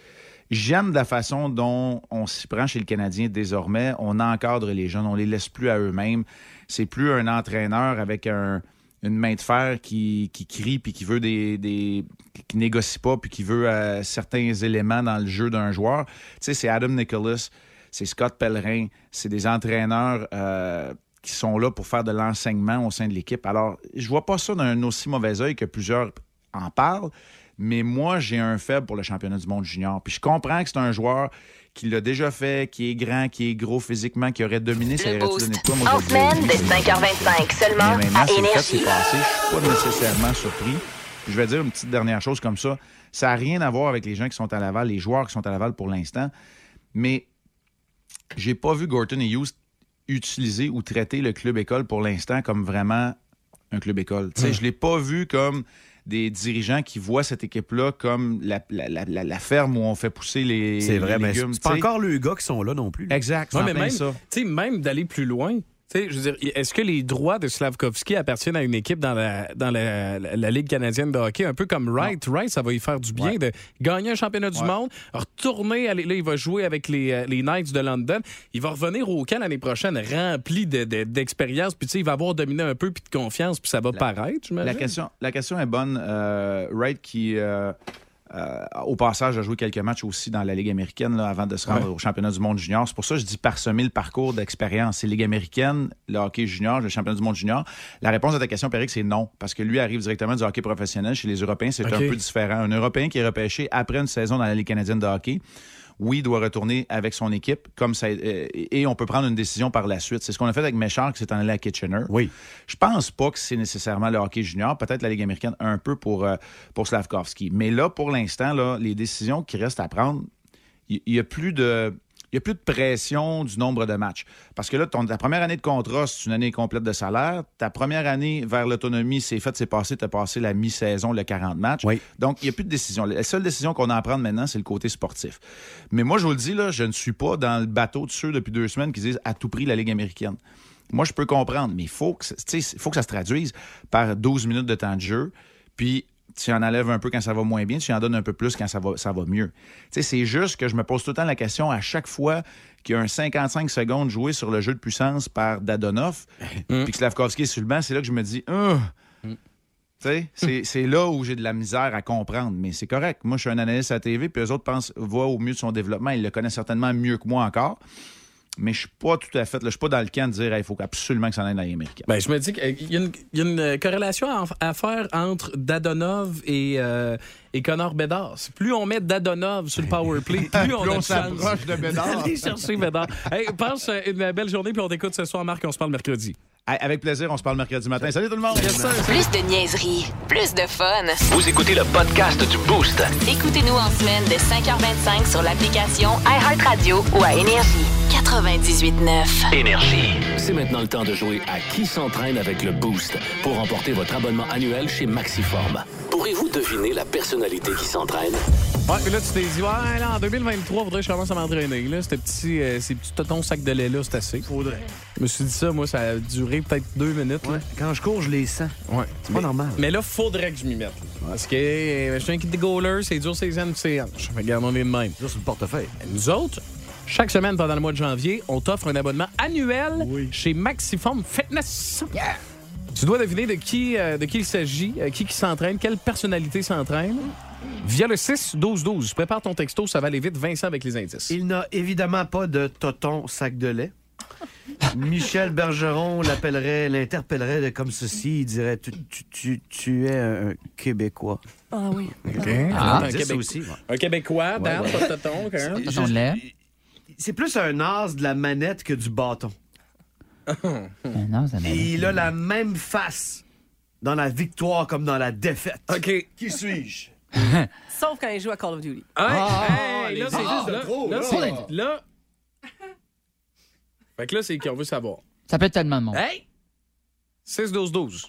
Speaker 16: J'aime la façon dont on s'y prend chez le Canadien désormais. On encadre les jeunes, on les laisse plus à eux-mêmes. C'est plus un entraîneur avec un- une main de fer qui, qui crie puis qui veut des, des- qui négocie pas puis qui veut euh, certains éléments dans le jeu d'un joueur. Tu sais, c'est Adam Nicholas, c'est Scott Pellerin, c'est des entraîneurs euh, qui sont là pour faire de l'enseignement au sein de l'équipe. Alors, je vois pas ça d'un aussi mauvais œil que plusieurs en parlent. Mais moi, j'ai un faible pour le championnat du monde junior. Puis je comprends que c'est un joueur qui l'a déjà fait, qui est grand, qui est gros physiquement, qui aurait dominé. Ça
Speaker 1: Le
Speaker 16: aurait-tu
Speaker 1: boost.
Speaker 16: donné de quoi, moi,
Speaker 1: En
Speaker 16: je vais te dire,
Speaker 1: semaine, dès 5h25 seulement,
Speaker 16: mais
Speaker 1: à
Speaker 16: maintenant, c'est le fait,
Speaker 1: Énergie.
Speaker 16: c'est passé. Je suis pas nécessairement surpris. Puis je vais dire une petite dernière chose comme ça. Ça n'a rien à voir avec les gens qui sont à Laval, les joueurs qui sont à Laval pour l'instant. Mais j'ai pas vu Gorton et Hughes utiliser ou traiter le club école pour l'instant comme vraiment un club école.
Speaker 4: Hmm.
Speaker 16: Tu sais, Je l'ai pas vu comme des dirigeants qui voient cette équipe-là comme la, la- la- la- la ferme où on fait pousser les,
Speaker 4: C'est vrai,
Speaker 16: les
Speaker 4: mais
Speaker 16: légumes.
Speaker 4: c'est pas
Speaker 16: tu sais.
Speaker 4: encore le gars qui sont là non plus. là.
Speaker 16: Exact.
Speaker 3: Ouais,
Speaker 16: c'est en
Speaker 3: mais
Speaker 16: plein
Speaker 3: même,
Speaker 16: ça.
Speaker 3: tu sais, même d'aller plus loin. tu sais, Je veux dire, est-ce que les droits de Slavkovski appartiennent à une équipe dans la, dans la, la- la Ligue canadienne de hockey? Un peu comme Wright. Wright, ça va y faire du bien de gagner un championnat du monde, retourner, aller, là, il va jouer avec les, euh, les Knights de London. Il va revenir au camp l'année prochaine rempli de- de- d'expérience, puis tu sais, il va avoir dominé un peu, puis de confiance, puis ça va paraître, j'imagine.
Speaker 16: La question, la question est bonne. Euh, Wright qui, euh, euh, au passage, a joué quelques matchs aussi dans la Ligue américaine là, avant de se rendre au championnat du monde junior. C'est pour ça que je dis parsemer le parcours d'expérience. C'est Ligue américaine, le hockey junior, le championnat du monde junior. La réponse à ta question, Péric, c'est non. Parce que lui arrive directement du hockey professionnel. Chez les Européens, c'est
Speaker 3: OK.
Speaker 16: un peu différent. Un Européen qui est repêché après une saison dans la Ligue canadienne de hockey, oui, doit retourner avec son équipe comme ça, euh, et on peut prendre une décision par la suite. C'est ce qu'on a fait avec Méchard qui s'est en allé à Kitchener. Oui. Je pense pas que c'est nécessairement le hockey junior, peut-être la Ligue américaine un peu pour, euh, pour Slavkovski. Mais là, pour l'instant, là, les décisions qui restent à prendre, il n'y a plus de. Il y a plus de pression du nombre de matchs. Parce que là, ton, ta première année de contrat, c'est une année complète de salaire. Ta première année vers l'autonomie, c'est fait, c'est passé. Tu as passé la mi-saison, le 40 matchs. Donc, il n'y a plus de décision. La seule décision qu'on a à prendre maintenant, c'est le côté sportif. Mais moi, je vous le dis, là, je ne suis pas dans le bateau de ceux depuis deux semaines qui disent à tout prix la Ligue américaine. Moi, je peux comprendre, mais il faut, que ça- tu sais, faut que ça se traduise par 12 minutes de temps de jeu. Puis tu en enlèves un peu quand ça va moins bien, tu en donnes un peu plus quand ça va, ça va mieux. Tu sais, c'est juste que je me pose tout le temps la question à chaque fois qu'il y a un 55 secondes joué sur le jeu de puissance par Dadonov, puis que Slavkovski est sur le banc, c'est là que je me dis, Ah! Tu sais, c'est- c'est là où j'ai de la misère à comprendre, mais c'est correct. Moi, je suis un analyste à la TV, puis eux autres pensent, voient au mieux de son développement. Ils le connaissent certainement mieux que moi encore, mais je suis pas tout à fait, là, je suis pas dans le camp de dire, il faut absolument que ça en aille dans les Américains.
Speaker 3: Ben, je me dis qu'il y, a une- il y a une euh, corrélation à, à faire entre Dadonov et, euh, et Connor Bedard. Plus on met Dadonov sur le power play, plus,
Speaker 16: Plus
Speaker 3: on, a
Speaker 16: on
Speaker 3: de chance
Speaker 16: s'approche de Bédard.
Speaker 3: d'aller chercher Bédard. Hey, passe euh, une belle journée, puis on t'écoute ce soir, Marc. On se parle mercredi.
Speaker 16: Avec plaisir, on se parle mercredi matin. Salut tout le monde!
Speaker 1: Plus de niaiserie, plus de fun.
Speaker 2: Vous écoutez le podcast du Boost.
Speaker 1: Écoutez-nous en semaine de 5h25 sur l'application iHeartRadio ou à Énergie. 98.9.
Speaker 2: Énergie. C'est maintenant le temps de jouer à qui s'entraîne avec le Boost pour remporter votre abonnement annuel chez Maxiform. Pourrez-vous deviner la personnalité qui s'entraîne?
Speaker 3: Ouais, mais là, tu t'es dit, ouais, là, en 2023, faudrait que je commence à m'entraîner. Là, c'était petit, euh, ces petits totons sacs de lait-là, c'est assez. Faudrait. Je me suis dit ça, moi, ça a duré peut-être deux minutes.
Speaker 4: Quand je cours, je les sens.
Speaker 3: Ouais.
Speaker 4: C'est pas normal.
Speaker 3: Mais là, faudrait que je m'y mette. Parce que euh, je suis un kid de goaler, c'est dur ces années, c'est hanches. Fait que, Regarde, on est de même. Dur sur le portefeuille. Nous autres, chaque semaine pendant le mois de janvier, on t'offre un abonnement annuel chez Maxiform Fitness. Tu dois deviner de qui, euh, de qui il s'agit, euh, qui, qui s'entraîne, quelle personnalité s'entraîne. Via le 6-12-12. Prépare ton texto, ça va aller vite. Vincent avec les indices.
Speaker 9: Il n'a évidemment pas de toton sac de lait. Michel Bergeron l'appellerait, l'interpellerait de comme ceci. Il dirait tu, tu- tu- tu es un Québécois.
Speaker 7: Ah oui.
Speaker 9: Ah,
Speaker 3: un,
Speaker 9: indice
Speaker 3: Québécois
Speaker 9: aussi, ouais.
Speaker 3: un Québécois, Dan,
Speaker 9: ouais.
Speaker 3: pas de tonton, quand même.
Speaker 9: Juste- C'est plus un as de la manette que du bâton.
Speaker 15: Ben
Speaker 9: Et il a la même face dans la victoire comme dans la défaite.
Speaker 3: OK.
Speaker 9: Qui suis-je?
Speaker 8: Sauf quand il joue à Call of Duty.
Speaker 3: Hey,
Speaker 9: Ah,
Speaker 3: hey,
Speaker 9: les
Speaker 3: là, c'est
Speaker 9: indices
Speaker 3: juste
Speaker 9: de
Speaker 3: là,
Speaker 9: trop,
Speaker 3: là,
Speaker 9: là.
Speaker 3: c'est- là. Fait que là, c'est qu'on veut savoir.
Speaker 15: Ça peut être tellement de monde.
Speaker 3: Hey! 6-12-12.